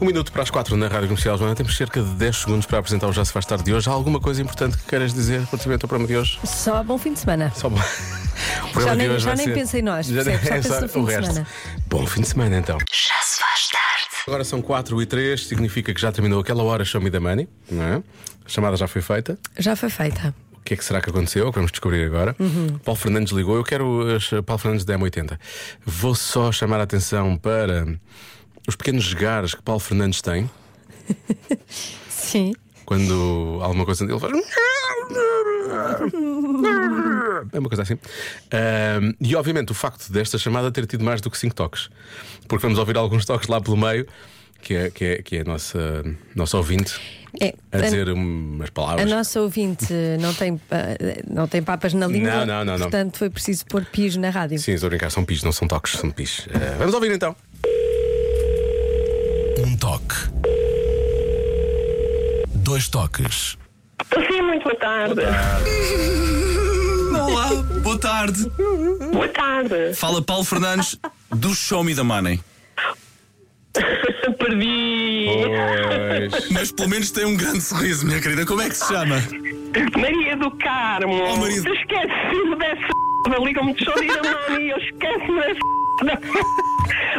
Um minuto para as quatro na Rádio Comercial, Joana. Temos cerca de 10 segundos para apresentar o Já Se Faz Tarde de hoje. Há alguma coisa importante que queiras dizer relativamente ao programa de hoje? Só bom fim de semana. Só bom. O programa Já de nem- hoje já vai nem ser- pensa em nós, percebes? Só pensa no fim o de resto. semana. Bom fim de semana então. Já se faz tarde. Agora são 4 e 3, significa que já terminou aquela hora Show Me the Money, não é? A chamada já foi feita. Já foi feita. O que é que será que aconteceu? É o que Vamos descobrir agora. Uhum. Paulo Fernandes ligou. Eu quero. as- Paulo Fernandes da M80. Vou só chamar a atenção para os pequenos gares que Paulo Fernandes tem Sim. quando há alguma coisa dele faz. É uma coisa assim. Ahm, e obviamente o facto desta chamada ter tido mais do que 5 toques, porque vamos ouvir alguns toques lá pelo meio, que é, que é, que é a nossa, nossa ouvinte É, a a- dizer umas a palavras. nossa ouvinte não tem, pa- não tem papas na língua. Não, não, não, não. Portanto, foi preciso pôr piso na rádio. Sim, estou a brincar, são pis, não são toques, são pis. Ah, vamos ouvir então. Um toque. Dois toques. Sim, muito boa tarde. Olá, boa tarde. Boa tarde. Fala Paulo Fernandes do Show Me the Money. Perdi. Pois. Mas pelo menos tem um grande sorriso, minha querida. Como é que se chama? Oh. Maria do Carmo. Oh, Maria do- Tu esqueces-me dessa. Ligam-me de show da mãe e eu esqueço-me dessa.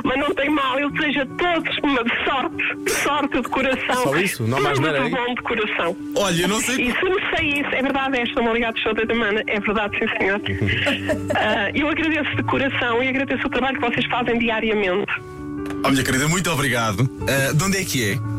Mas não tem mal, eu desejo a todos uma sorte, sorte de coração. É Só isso? Não há mais Tudo nada, de hein? bom de coração. Olha, eu não E sei. se me sei isso, é verdade, esta uma ligada de show da semana, é verdade, sim senhor. Ah, eu agradeço de coração e agradeço o trabalho que vocês fazem diariamente. Oh, minha querida, muito obrigado. Ah, de onde é que é?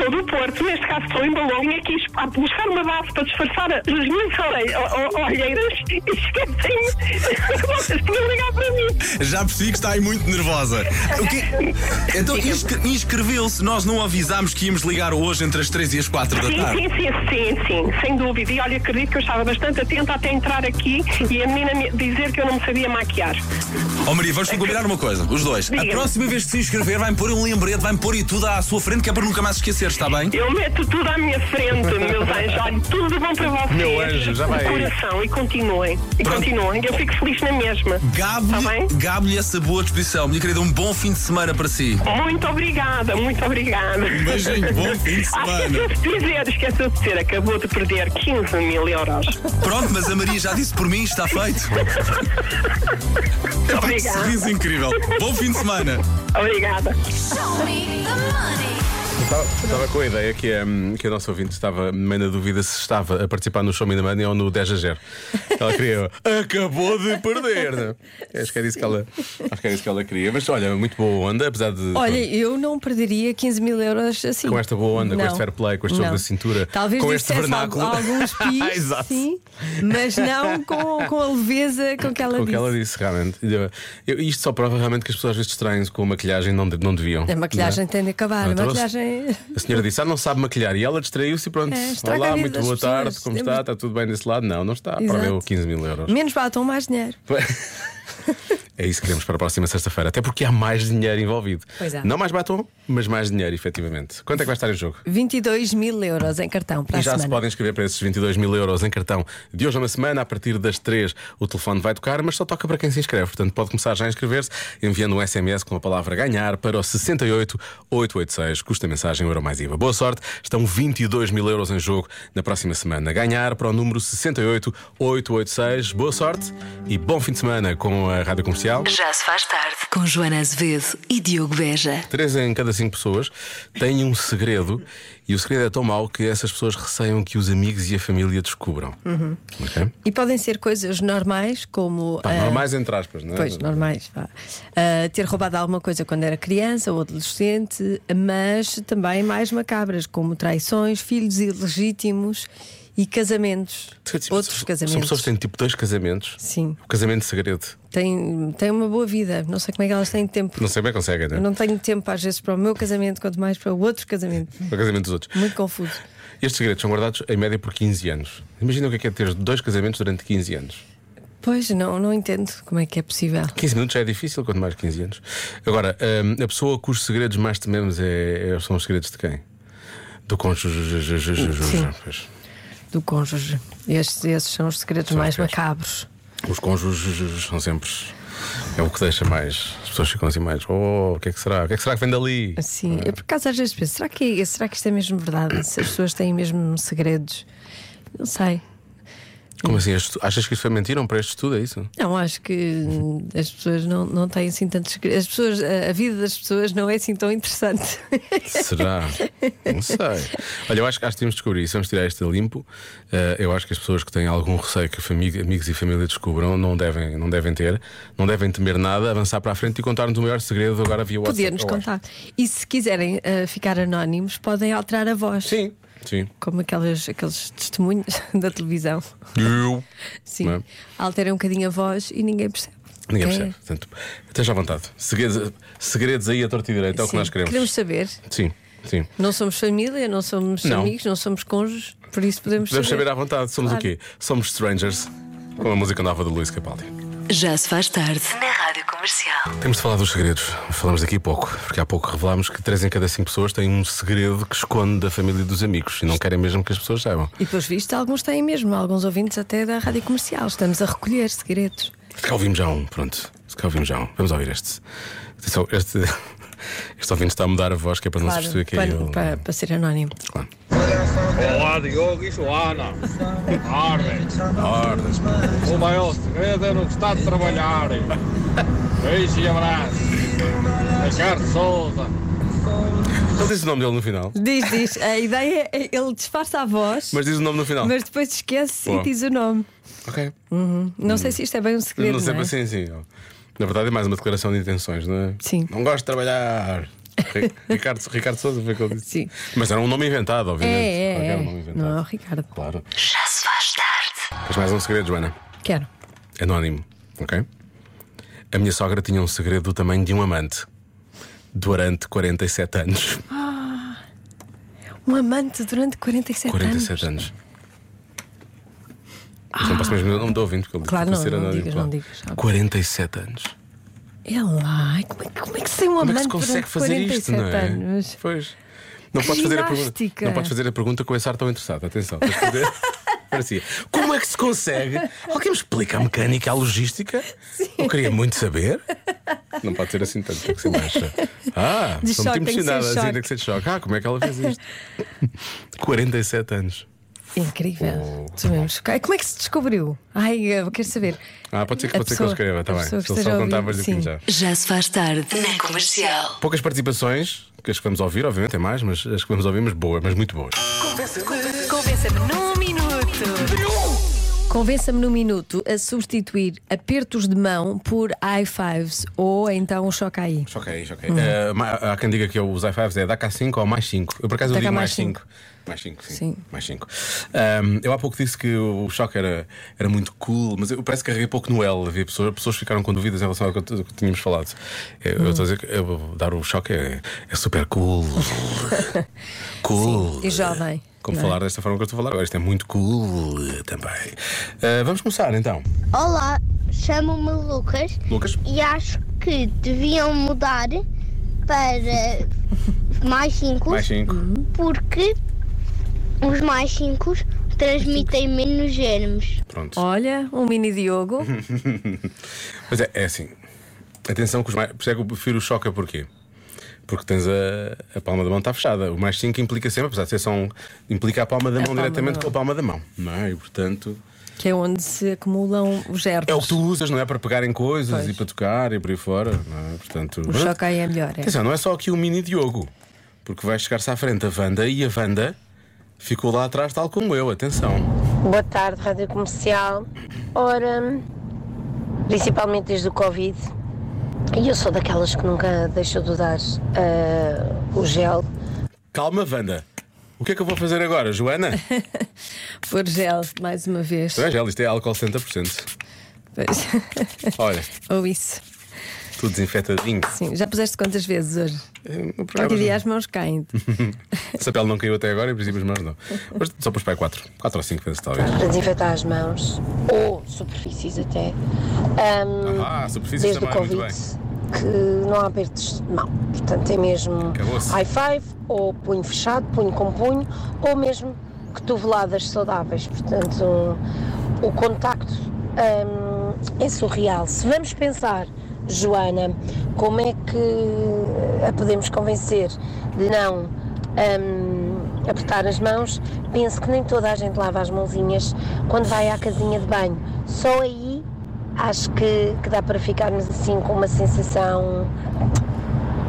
Sou do Porto, neste caso estou em Balão, vim aqui es- a buscar uma base para disfarçar as minhas olhe- o- o- olheiras e esqueci-me que vocês podiam ligar para mim. Já percebi que está aí muito nervosa. O quê? Então inscre- inscreveu-se. Nós não avisámos que íamos ligar hoje entre as 3 e as 4 da Sim, tarde. sim, sim, sim, sim, sem dúvida. E olha, acredito que eu estava bastante atenta até entrar aqui e a menina me dizer que eu não me sabia maquiar. Oh Maria, vamos combinar uma coisa, os dois. A Diga-me. próxima vez que se inscrever, vai-me pôr um lembrete, vai-me pôr e tudo à sua frente, que é para nunca mais esquecer, está bem? Eu meto tudo à minha frente, meus anjos. Olha, tudo de bom para vocês. Meu anjo, já vai De aí. coração, e continuem. E Pronto. continuem. Eu fico feliz na mesma. Está Tá bem? Gabo-lhe gabo essa boa disposição. Minha querida, um bom fim de semana para si. Muito obrigada, muito obrigada. beijinho, bom fim de Ah, semana. esqueceu-se de dizer, esqueceu-se de dizer, acabou de perder 15 mil euros. Pronto, mas a Maria já disse por mim, está feito. Epá, que Obrigada. sorriso incrível. Bom fim de semana. Obrigada. Show me the money. Estava, estava com a ideia que, hum, que a nossa ouvinte estava meio na dúvida se estava a participar no Show Me the Money ou no 10 a 0. Ela queria. Acabou de perder. não é? Acho que era isso que ela, acho que era isso que ela queria. Mas olha, muito boa onda, apesar de. Olha, eu não perderia 15 mil euros assim. Com esta boa onda, com Não. este fair play, com este jogo Não. da cintura, Talvez com este dissesse al- vernáculo. Ah, alguns pis, Exato. sim, mas não com, com a leveza com que ela o que disse. ela disse, realmente. Eu- eu- isto só prova realmente que as pessoas às vezes distraem-se com a maquilhagem não, de- não deviam. A não maquilhagem é? tem de acabar. Não, A então, maquilhagem. A senhora disse, ah, não sabe maquilhar. E ela distraiu-se e pronto. É, estraga a Olá, vida muito das boa pessoas. tarde, como está? Temos- Está tudo bem desse lado? Não, não está. Exato. Perdeu 15 mil euros. Menos batam, mais dinheiro. É isso que queremos para a próxima sexta-feira, até porque há mais dinheiro envolvido. Pois é. há. Não mais batom, mas mais dinheiro, efetivamente. Quanto é que vai estar em jogo? 22 mil euros em cartão para E a já se semana. podem inscrever para esses 22 mil euros em cartão de hoje a uma semana, a partir das 3 o telefone vai tocar, mas só toca para quem se inscreve. Portanto, pode começar já a inscrever-se enviando um SMS com a palavra ganhar para o 68886. Custa mensagem um euro mais IVA. Boa sorte, estão 22 mil euros em jogo na próxima semana. Ganhar para o número 68886. Boa sorte e bom fim de semana com a Rádio Comercial. Já se faz tarde. Com Joana Azevedo e Diogo Beja. Três em cada cinco pessoas têm um segredo e o segredo é tão mau que essas pessoas receiam que os amigos e a família descubram. Uhum. Ok? E podem ser coisas normais, como. Pá, ah, normais entre aspas, não é? Pois, normais. vá. Ah, ter roubado alguma coisa quando era criança ou adolescente, mas também mais macabras, como traições, filhos ilegítimos e casamentos. Outros São- tipo casamentos. São pessoas que têm tipo dois casamentos. Sim. O casamento de segredo. Têm, têm uma boa vida. Não sei como é que elas têm tempo. Não sei bem conseguem, Eu né? não tenho tempo, às vezes, para o meu casamento, quanto mais para o outro casamento. O casamento dos outros. Muito confuso. Estes segredos são guardados em média por 15 anos. Imagina o que é, que é ter dois casamentos durante 15 anos. Pois, não, não entendo como é que é possível. 15 minutos já é difícil, quanto mais 15 anos. Agora, hum, a pessoa cujos segredos mais tememos é, é- são os segredos de quem? Do cônjuge. Sim. Pois. do cônjuge. Estes, esses são os segredos mais macabros. Os cônjuges são sempre É o que deixa mais. As pessoas ficam assim mais. Oh, o que é que será? O que é que será que vem dali? Sim, eu por acaso às vezes penso, será que, é- será que isto é mesmo verdade? Se as pessoas têm mesmo segredos? Não sei. Como assim? Este- Achas que isto foi mentira para este estudo? É isso? Não, acho que hum, as pessoas não, não têm assim tantos segredos. As pessoas, a a vida das pessoas não é assim tão interessante. Será? Não sei. Olha, eu acho, acho que temos de descobrir isso. Vamos tirar este a limpo. Eh, eu acho que as pessoas que têm algum receio que fami- amigos e família descubram não devem, não devem ter, não devem temer nada, avançar para a frente e contar-nos o melhor segredo agora via WhatsApp. Poder-nos eu acho. contar. E se quiserem ah, ficar anónimos, podem alterar a voz. Sim, sim. Como aquelas, aqueles testemunhos da televisão. Eu. Sim. Não é? Alterem um bocadinho a voz e ninguém percebe. Ninguém É. percebe. Portanto, esteja à vontade. Segredos, segredos aí à torta e direita é o que Sim. nós queremos. Queremos saber. Sim, sim. Não somos família, não somos Não. amigos, não somos cônjuges, por isso podemos, Podemos saber saber. à vontade. Somos Claro. o quê? Somos Strangers, com a música nova de Luís Capaldi. Já se faz tarde na Rádio Comercial. Temos de falar dos segredos. Falamos daqui pouco, porque há pouco revelámos que 3 em cada 5 pessoas têm um segredo que esconde da família e dos amigos e não querem mesmo que as pessoas saibam. E pelos vistos, alguns têm mesmo, alguns ouvintes até da rádio comercial. Estamos a recolher segredos. Se cá ouvimos já um, pronto. Se cá ouvimos já um. Vamos ouvir este. Atenção, Este, este ouvinte está a mudar a voz, que é para não se perceber que é para, ele. para- para ser anónimo. Claro. Olá Diogo e Joana. Ordem. Ordens. O maior segredo é não gostar de trabalhar. Beijo e abraço. Ricardo Souza. Ele diz o nome dele no final, Diz, diz. A ideia é ele disfarça a voz, mas, mas diz o nome no final. depois esquece Boa. e diz o nome. Ok. Não sei se isto é bem um segredo. Não sempre é? assim, sim. Na verdade é mais uma declaração de intenções, não é? Sim. Não gosto de trabalhar. Ri- Ricardo, Ricardo Souza foi o que ele disse. Sim. Mas era um nome inventado, obviamente. É, Ok, é, era um nome é. inventado. Não, Ricardo. Claro. Já se faz tarde. Tens mais um segredo, Joana. Quero. Anónimo, ok? A minha sogra tinha um segredo do tamanho de um amante durante 47 anos. Um amante durante 47, anos. 47 anos. Mas não posso mesmo, não me dou ouvindo porque ele Claro, disse para não, ser não anónimo, digas, claro. não digas, sabe? 47 anos. É lá. Como é, que- como é que se tem um Como é amante que se consegue durante fazer 47 isto, não é? anos? Pois. Não Que podes, fazer a pergunta, ginástica. não podes fazer a pergunta com esse ar tão interessado. Atenção, tens de fazer. Parecia. Como é que se consegue? Alguém me explica a mecânica, a logística? Eu queria muito saber. Não pode ser assim tanto, tem que ser mais. Ah, De estou choque, muito tem que ser emocionada, assim, choque. tem que ser de choque. Ah, como é que ela fez isto? 47 anos. Incrível. Tu mesmo chocada. Como é que se descobriu? Ai, eu quero saber. Ah, pode ser que, A pode ser que eu pessoa- escreva, está a bem. Se pessoa que ele só esteja a contava-lhe o ouvir, que sim. já. Já se faz tarde na Comercial. Poucas participações, que as que vamos ouvir, obviamente, é mais, mas as que vamos ouvir, mas boas, mas muito boas. Convença-me num minuto. Convença-me num minuto a substituir apertos de mão por high fives ou então um choque aí. Choquei, choquei. Eh, ma- há quem diga que eu, os i5s é dá cá 5 ou mais 5. Eu por acaso eu Dá cá digo mais mais 5. Mais 5, sim. Sim. Mais 5. eu há pouco disse que o choque era, era muito cool, mas eu parece que carreguei pouco no L. Havia pessoas, pessoas ficaram com dúvidas em relação ao que, eu- que tínhamos falado. Eh, Eu estou a dizer que eu vou dar o choque é, é super cool. cool. Sim, e jovem, Como não é? falar desta forma que eu estou a falar agora, isto é muito cool eh, também. Eh, vamos começar então. Olá, chamo-me Lucas Lucas? e acho que deviam mudar para mais 5 Mais 5. porque os mais 5 transmitem menos germes. Pronto. Olha, um mini Diogo. Uhum. Pois é, é assim. Atenção que os mais. Por isso é que eu prefiro o choca porquê? Porque tens a, a palma da mão está fechada. O mais 5 implica sempre, apesar de ser só um. implica a palma da mão É palma diretamente da com a palma da mão. Não é? E portanto. que é onde se acumulam os germes. É o que tu usas, não é? Para pegarem coisas Pois. e para tocar e por aí fora. Não é? Portanto. O choque aí é melhor. É. Atenção, não é só aqui o mini Diogo. Porque vai chegar-se à frente a Wanda e a Wanda ficou lá atrás, tal como eu. Atenção. Boa tarde, Rádio Comercial. Ora, principalmente desde o Covid, e eu sou daquelas que nunca deixou de usar eh, o gel. Calma, Wanda. O que é que eu vou fazer agora, Joana? Por gel, mais uma vez. Angela, isto é álcool 100%. Pois. Olha, ou isso. tudo desinfetadinho. Sim, já puseste quantas vezes hoje? Eh, não, por Qualquer acaso, dia as mãos caem. Se a pele não caiu até agora, em princípio as mãos não. Mas só pus para aí 4. 4 ou 5 vezes, talvez. Para desinfetar as mãos, ou superfícies até, Hum. ehm, Ah, superfícies desde o também, muito Covid, bem. que não há apertos de mão. Portanto, é mesmo Acabou-se. high five, ou punho fechado, punho com punho, ou mesmo cotoveladas saudáveis. Portanto, o contacto ehm, é surreal. Se vamos pensar, Joana, como é que a podemos convencer de não hum, apertar as mãos, penso que nem toda a gente lava as mãozinhas quando vai à casinha de banho. Só aí acho que, que dá para ficarmos assim com uma sensação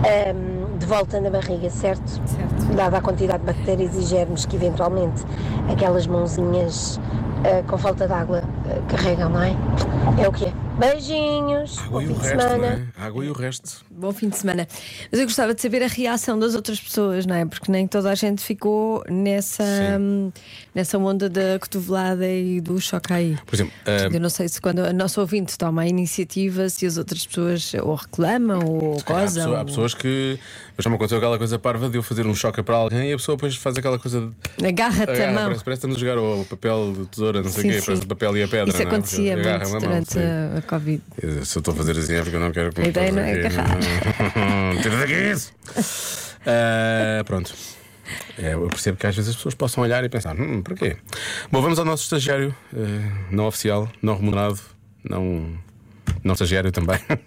hum, de volta na barriga, certo? Certo. Dada a quantidade de bactérias e germes que eventualmente aquelas mãozinhas eh, com falta de água eh, carregam, não é? É o que é. Beijinhos, bom Água e fim o de resto, não semana. é? Água e o resto. Bom fim de semana. Mas eu gostava de saber a reação das outras pessoas, não é? Porque nem toda a gente ficou nessa, Sim. nessa onda da cotovelada e do choque aí. Por exemplo, ah, Eu não sei se quando a nossa ouvinte toma a iniciativa, se as outras pessoas ou reclamam ou Há, gozam. pessoa- há pessoas que. Eu já me aconteceu aquela coisa parva de eu fazer um choque para alguém e a pessoa depois faz aquela coisa. de- "Ah, Agarra-te a agarra, É mão. Parece, parece que estamos a jogar o papel de tesoura, não sei o Sim, quê, sim. parece o papel e a pedra. Isso não é? acontecia Porque agarra muito na mão, durante sim. a, a Covid. Eu- Se eu estou a fazer assim é porque eu não quero que A ideia não é agarrar. Tira daqui isso! Ah, pronto. É, eu percebo que às vezes as pessoas possam olhar e pensar, hum, porquê? Bom, vamos ao nosso estagiário, ah, não oficial, não remunerado, não, não estagiário também.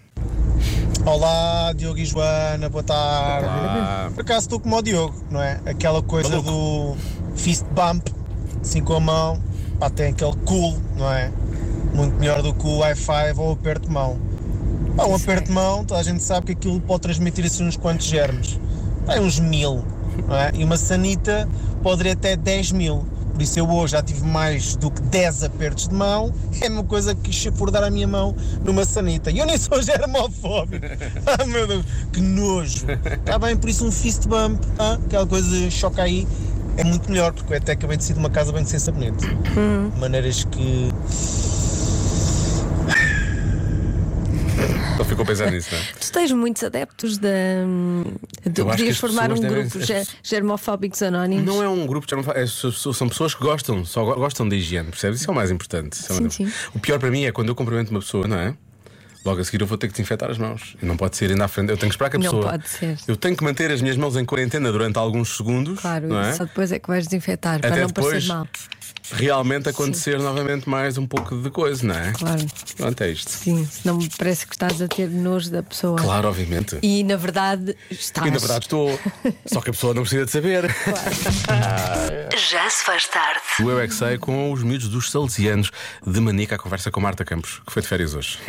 Olá, Diogo e Joana, boa tarde. Por acaso estou como o Diogo, não é? Aquela coisa do fist bump, assim com a mão, pá, tem aquele cool, não é? Muito melhor do que o i5 ou o aperto de mão. Pá, um aperto é. de mão, toda a gente sabe que aquilo pode transmitir-se uns quantos germes. Pá, é uns mil, não é? E uma sanita pode ir até 10 mil. Por isso eu hoje já tive mais do que 10 apertos de mão. É a mesma coisa que chafurdar a minha mão numa sanita. E eu nem sou germofóbico. Ah, meu Deus, que nojo. Está bem, por isso um fist bump, ah, aquela coisa choca aí. É muito melhor, porque eu até acabei de sair de uma casa bem sem sabonete. Hum. Maneiras que Só ficou a pensar nisso, não é? Tu tens muitos adeptos da. De, Eu acho que podias as formar pessoas um devem- grupo ge- germofóbicos anónimos. Não é um grupo, já não fa- é, so- so- são pessoas que gostam, só go- gostam da higiene, percebes? Isso é o mais importante. Isso é o mais Sim, importante. O pior para mim é quando eu cumprimento uma pessoa, não é? Logo a seguir eu vou ter que desinfetar as mãos. E não pode ser ainda à frente. Eu tenho que esperar que a Não pessoa. pode ser. Eu tenho que manter as minhas mãos em quarentena durante alguns segundos. Claro, não é? só depois é que vais desinfetar, para Até não depois parecer mal. realmente acontecer novamente mais um pouco de coisa, não é? Claro. Pronto, é isto. Sim, senão me parece que estás a ter nojo da pessoa. Claro, obviamente. E na verdade estás. E na verdade estou. Só que a pessoa não precisa de saber. Já se faz tarde. O Eu é que sei com os miúdos dos salesianos de Manica, a conversa com Marta Campos, que foi de férias hoje.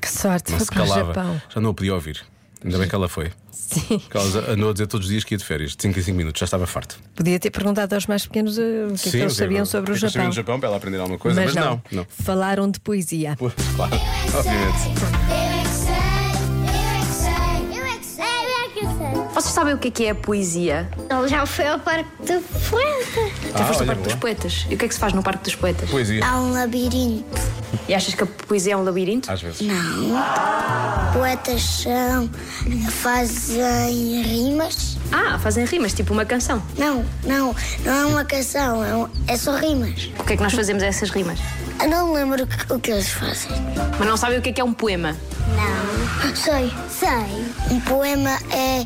Que sorte, Não foi se para o calava. Japão. Já não o podia ouvir. Ainda bem que ela foi. Sim. Porque ela andou a dizer todos os dias que ia de férias, de 5 em 5 minutos, já estava farto. Podia ter perguntado aos mais pequenos uh, o que é que eles sabiam sobre o que é que eles sabiam Japão. do Japão para ela aprender alguma coisa, mas, não. não. Falaram de poesia. Pois, Claro, obviamente. Vocês sabem o que é que é a poesia? Ele já foi ao parque de Fuente. Então Já Ah, foste ao olha, Parque dos boa. Poetas? E o que é que se faz no Parque dos Poetas? Poesia, Há um labirinto. E achas que a poesia é um labirinto? às vezes. Poetas são que fazem rimas. Ah, fazem rimas, tipo uma canção. Não, não, não é uma canção, é, um- é só rimas. O que é que nós fazemos a essas rimas? Eu não lembro o que, o que eles fazem. Mas não sabem o que é que é um poema. Não. Sei, sei. Um poema é.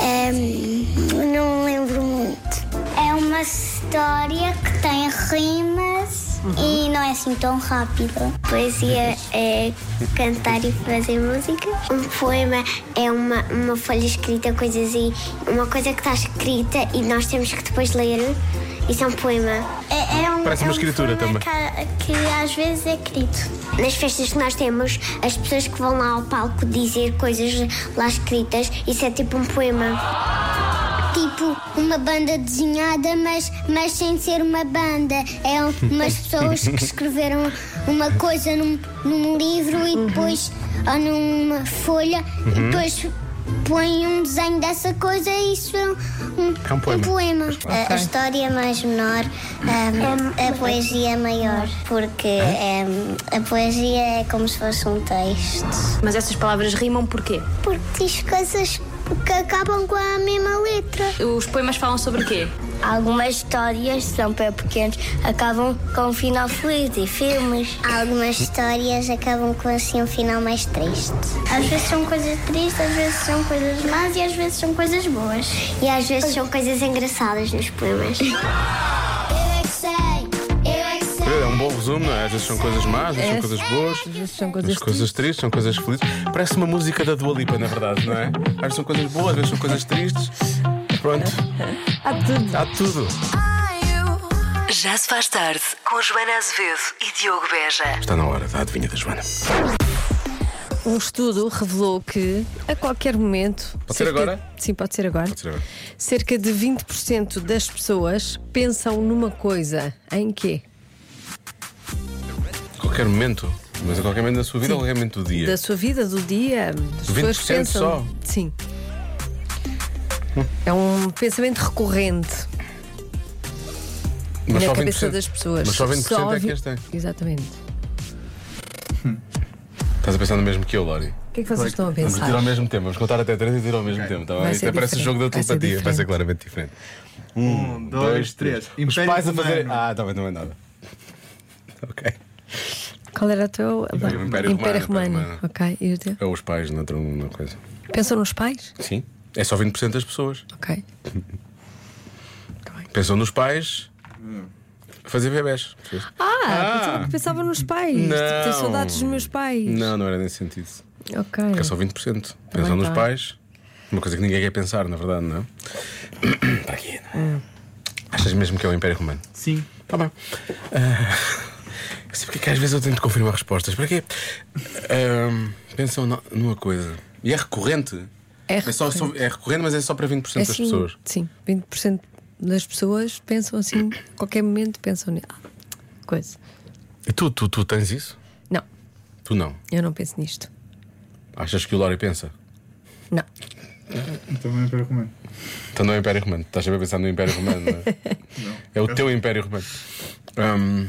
é não lembro muito. É uma história que tem rimas e não é assim tão rápida. Poesia é cantar e fazer música. Um poema é uma, uma folha escrita, coisas e uma coisa que está escrita e nós temos que depois ler. Isso é um poema. É, um, Parece uma escritura poema também. que às vezes é querido. Nas festas que nós temos, as pessoas que vão lá ao palco dizer coisas lá escritas, isso é tipo um poema. Tipo uma banda desenhada, mas, mas sem ser uma banda. É umas pessoas que escreveram uma coisa num, num livro Uhum. e depois, ou numa folha, e depois põem um desenho dessa coisa e isso é um, É um poema. poema. A, a história é mais menor, a, a poesia é maior, porque hum, a poesia é como se fosse um texto. Mas essas palavras rimam porquê? Porque diz coisas que acabam com a mesma letra. Os poemas falam sobre quê? Algumas histórias são para pequenos, acabam com um final feliz e filmes. Algumas histórias acabam com assim um final mais triste. Às vezes são coisas tristes, às vezes são coisas más e às vezes são coisas boas. E às vezes são coisas engraçadas nos poemas. Eu é que sei, eu é que sei. É um um bom resumo, não é? às vezes são coisas más, às vezes são É. coisas boas. Às vezes são As coisas coisas tristes são coisas felizes. Parece uma música da Dua Lipa, na verdade, não é? Às vezes são coisas boas, às vezes são coisas tristes. Pronto, Há tudo. há tudo. Já se faz tarde com Joana Azevedo e Diogo Beja. Está na hora da adivinha da Joana. Um estudo revelou que, a qualquer momento. Pode ser cerca- agora? Sim, pode ser agora. Pode ser agora. Cerca de 20% das pessoas pensam numa coisa. Em quê? A qualquer momento, mas a qualquer momento da sua vida, a qualquer momento do dia. Da sua vida, do dia. As pessoas 20% pensam. só? Sim. É um pensamento recorrente Mas na só cabeça 20%, das pessoas. Mas só 20% é que vi- as tem. Exatamente. Estás a pensar no mesmo que eu, Lori. O que é que vocês estão a Vamos dizer ao pensar? mesmo tempo, vamos contar até três e dizer ao mesmo tempo. Tá? Vai bem? Isto ser é- parece um diferente. jogo da Vai ser telepatia, vai ser diferente. claramente diferente. Um, dois, três. Os Império pais a fazer. Romano. Ah, também não é nada. Ok. Qual era o teu. Império Romano, Império Romano. Ok. E o teu? É os pais noutra uma coisa. Pensam nos pais? Sim. É só 20% das pessoas. Ok. Pensam nos pais a fazer bebés. Ah, pensava que pensava nos pais. Não. Tipo, tenho saudades dos meus pais. Não, não era nesse sentido. Ok. Porque é só 20%. Pensam bem, nos tá. pais. Uma coisa que ninguém quer pensar, na verdade, não é? Para aqui, não é? Achas mesmo que é o Império Romano? Sim. Tá bem. Ah, sei porque é que às vezes eu tento confirmar respostas. Para quê? Ahm, pensam na- numa coisa. E é recorrente. É só, só- é recorrente, mas é só para 20% É das assim, pessoas. Sim, 20% das pessoas pensam assim, a qualquer momento pensam nisso. Ah, coisa. E tu, tu, tu tens isso? Não, Tu não. eu não penso nisto. Achas que o Lório pensa? Não. Também para recomendo. Então não é o Império Romano. Estás sempre a pensar no Império Romano, não é? É o teu Império Romano. Ahm,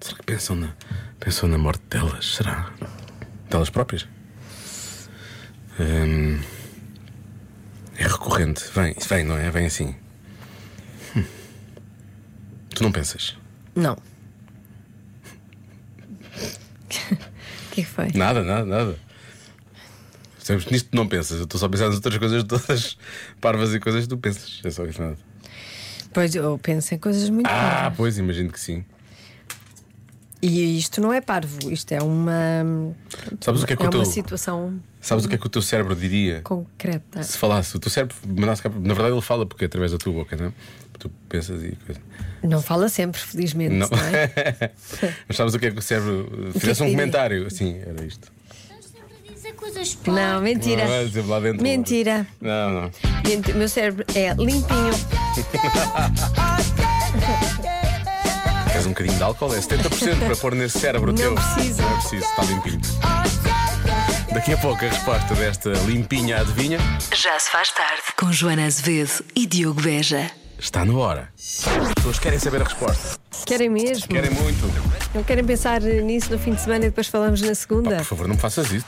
será que pensam na, pensam na morte delas? Será? Delas próprias? Ahm, é recorrente. Vem, isso vem, não é? Vem assim. Hum. Tu não pensas? Não. O que é que foi? Nada, nada, nada. Sabes, nisto tu não pensas. Eu estou só a pensar nas outras coisas todas parvas e coisas que tu pensas. É só isso, nada. Pois eu penso em coisas muito Ah, parvas. pois, imagino que sim. E isto não é parvo, isto é uma. Sabes o que é que o uma teu- situação Sabes o que é que o teu cérebro diria? concreta. Se falasse, o teu cérebro mandasse cá. Na verdade, ele fala porque é através da tua boca, não é? Tu pensas e coisa. Não fala sempre, felizmente, Não. não, é? Mas sabes o que é que o cérebro. que Fizesse é um que diria? comentário. Assim, era isto. Não, mentira. Não, vai dizer lá dentro. Mentira. Não, não. Gente, Meu cérebro é limpinho. Queres um bocadinho de álcool? É 70% para pôr nesse cérebro teu. preciso. Não é preciso, está limpinho. Daqui a pouco a resposta desta limpinha adivinha Já se faz tarde com Joana Azevedo e Diogo Beja. está na hora. As pessoas querem saber a resposta. Querem mesmo? Querem muito. Não querem pensar nisso no fim de semana e depois falamos na segunda? Por favor, não me faças isso.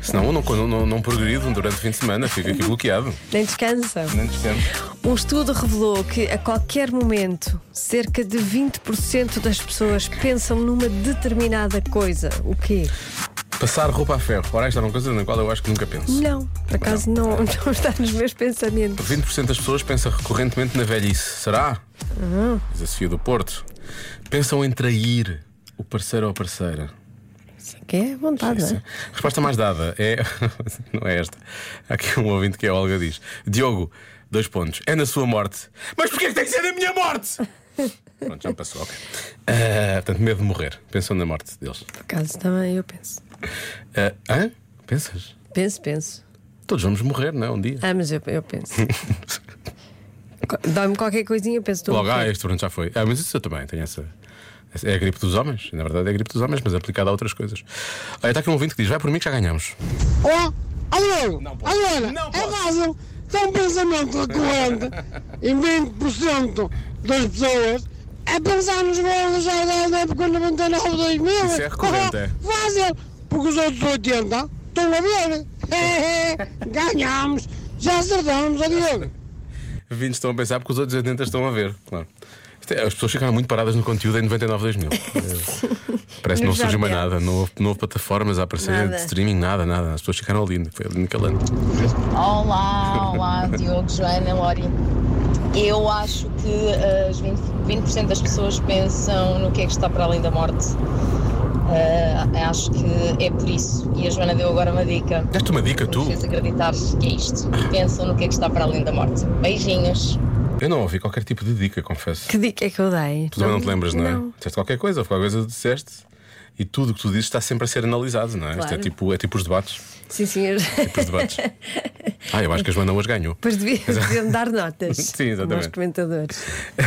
Senão eu não, não, não, não progrido durante o fim de semana, fico aqui bloqueado. Nem descansam. Nem descanso. Um estudo revelou que a qualquer momento cerca de 20% das pessoas pensam numa determinada coisa. O quê? Passar roupa a ferro. Ora, esta era uma coisa na qual eu acho que nunca penso. Não, por acaso não, não está nos meus pensamentos. 20% das pessoas pensam recorrentemente na velhice. Será? Diz a Sofia do Porto. Pensam em trair o parceiro ou parceira. Isso é que é vontade, não Isso. é? A Resposta mais dada é. Não é esta. Há aqui um ouvinte que é a Olga diz: Diogo, dois pontos. É na sua morte. Mas porquê que tem que ser na minha morte? Pronto, já me passou. ok. Ah, portanto, medo de morrer. Pensam na morte deles. Por acaso também eu penso. Ah, hã? Pensas? Penso, penso. Todos vamos morrer, não é? Um dia. Ah, mas eu, eu penso. Co- Dói-me qualquer coisinha, eu penso estou a Logo, ah, morrer. este pronto já foi. Ah, mas isso eu também tenho essa. essa- É a gripe dos homens, na verdade é a gripe dos homens, mas aplicada a outras coisas. Olha, está aqui um ouvinte que diz: vai por mim que já ganhamos. Ó, Oh, alô, alô, é fácil. Tem um pensamento recorrente e 20% das pessoas é pensar nos gols já da da época 99, 2000. Isso é Oh, recorrente, é. Fácil, porque os outros 80 estão a ver. É, é, Ganhámos, já acertámos, adiós. 20 estão a pensar porque os outros 80 estão a ver, claro. Isto é, As pessoas ficaram muito paradas no conteúdo em 99, 2000. Parece que não No surgiu mais Jardel. nada, não houve, não houve plataformas a aparecer Nada. de streaming, nada, nada. As pessoas ficaram ali, foi ali naquele ano. Olá, olá, Diogo, Joana, Lori. Eu acho que ah, as 20%, 20 das pessoas pensam no que é que está para além da morte. Ah, acho que é por isso. E a Joana deu agora uma dica. Deste uma dica, tu? Me fez acreditar que é isto. Pensam no que é que está para além da morte. Beijinhos. Eu não ouvi qualquer tipo de dica, confesso. Que dica é que eu dei? Tu também não te lembras, não, não. é? Disseste qualquer coisa, houve qualquer coisa que disseste e tudo o que tu dizes está sempre a ser analisado, não é? Isto é Claro. tipo, é tipo os debates. Sim, senhor. Os debates. Ah, eu acho que a Joana hoje ganhou. Depois devia, deviam dar notas. Sim, como aos exatamente. comentadores.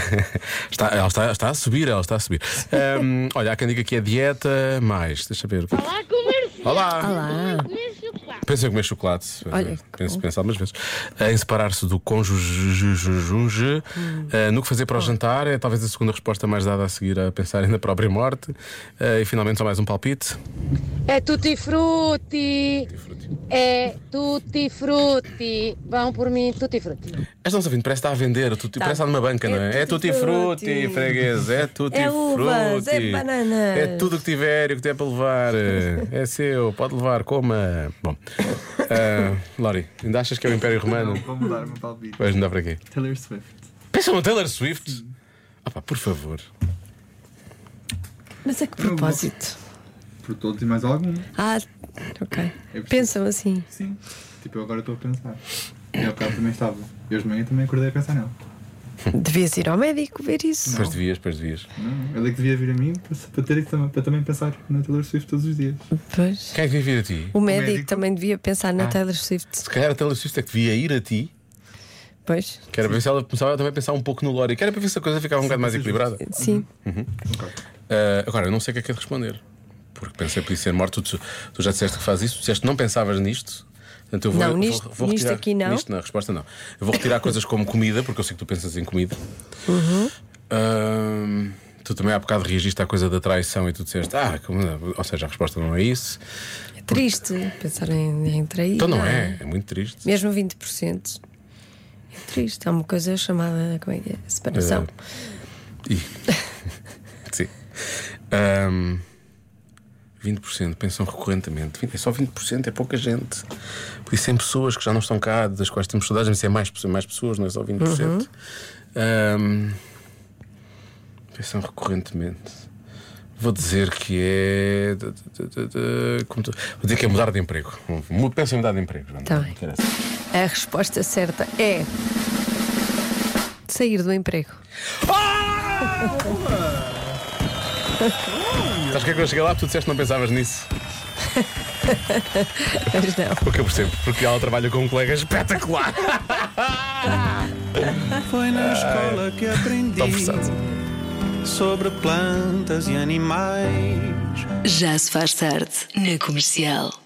Está, ela está, está a subir, ela está a subir. Ahm, olha, há quem diga que é dieta, mais. Deixa eu ver. o que- Olá, comercial. Olá. Olá. Pensa em comer chocolate. eh, Olha, Penso, penso algumas vezes. Ah, Em separar-se do cônjuge. junge. Ah, no que fazer para o jantar é talvez a segunda resposta mais dada a seguir a pensarem na própria morte. Ah, e finalmente só mais um palpite. É tutti frutti. É tutti frutti. Vão por mim, tutti frutti. Esta nossa ouvinte parece que está a vender, a tutti, Tá. parece que está numa banca, não é? É tutti frutti, freguês, é tutti É uvas, frutti. é bananas. É tudo o que tiver e o que tiver para levar. É seu, pode levar, coma. Bom, ah, Lori, ainda achas que é o Império Romano? Não, vou mudar o meu palpite. Vais mudar para quê? Taylor Swift. Pensa no Taylor Swift? Ah pá, por favor. Mas a que propósito? Por todos e mais algum. Ah, ok. Pensam assim. Sim. Tipo, eu agora estou a pensar. E ao cabo também estava. E hoje de manhã também acordei a pensar nela. Devias ir ao médico ver isso. Depois devias, depois devias. Não, Ele é que devia vir a mim para, para ter que tam- para também pensar na Taylor Swift todos os dias. Pois. Quem é que devia vir a ti? O médico, também devia pensar na Ah. Taylor Swift. Se calhar a Taylor Swift é que devia ir a ti. Pois. Que era para ver se ela começava a também a pensar um pouco no Lori. Que era para ver se a coisa ficava um bocado mais equilibrada. Sim. Uhum. Ah, agora, eu não sei o que é que é de responder. Porque pensei por isso ser morto. Tu, tu já disseste que faz isso, tu disseste que não pensavas nisto. Portanto, eu vou, Não, vou- nisto- vou nisto retirar, aqui não. Nisto não, a resposta não. Eu vou retirar coisas como comida, porque eu sei que tu pensas em comida. Uhum. Ahm, tu também há bocado reagiste à coisa da traição e tu disseste, ah, como não?" ou seja, a resposta não é isso. É triste pensar em, em trair. Então não é, é muito triste. Mesmo 20%. É triste. Há uma coisa chamada. Como é que é? Separação. Eh, e- Sim. Ahm, 20% pensam recorrentemente. 20 É só 20%, é pouca gente. Porque 100 pessoas que já não estão cá, das quais temos saudades, mas isso é mais, pessoas- mais pessoas, não é só 20%. Ahm, pensam recorrentemente. Vou dizer que é. da- da- da- da- como tu- Vou dizer que é mudar de emprego. Mu- Pensa em mudar de emprego. Joana. Tá bem. Não interessa. A resposta certa é. Sair do emprego. Sabes o que é que eu cheguei lá? porque Tu disseste que não pensavas nisso. Mas não. Porque eu percebo, porque ela trabalha com um colega espetacular. Foi na escola que aprendi sobre plantas e animais. Já se faz tarde na comercial.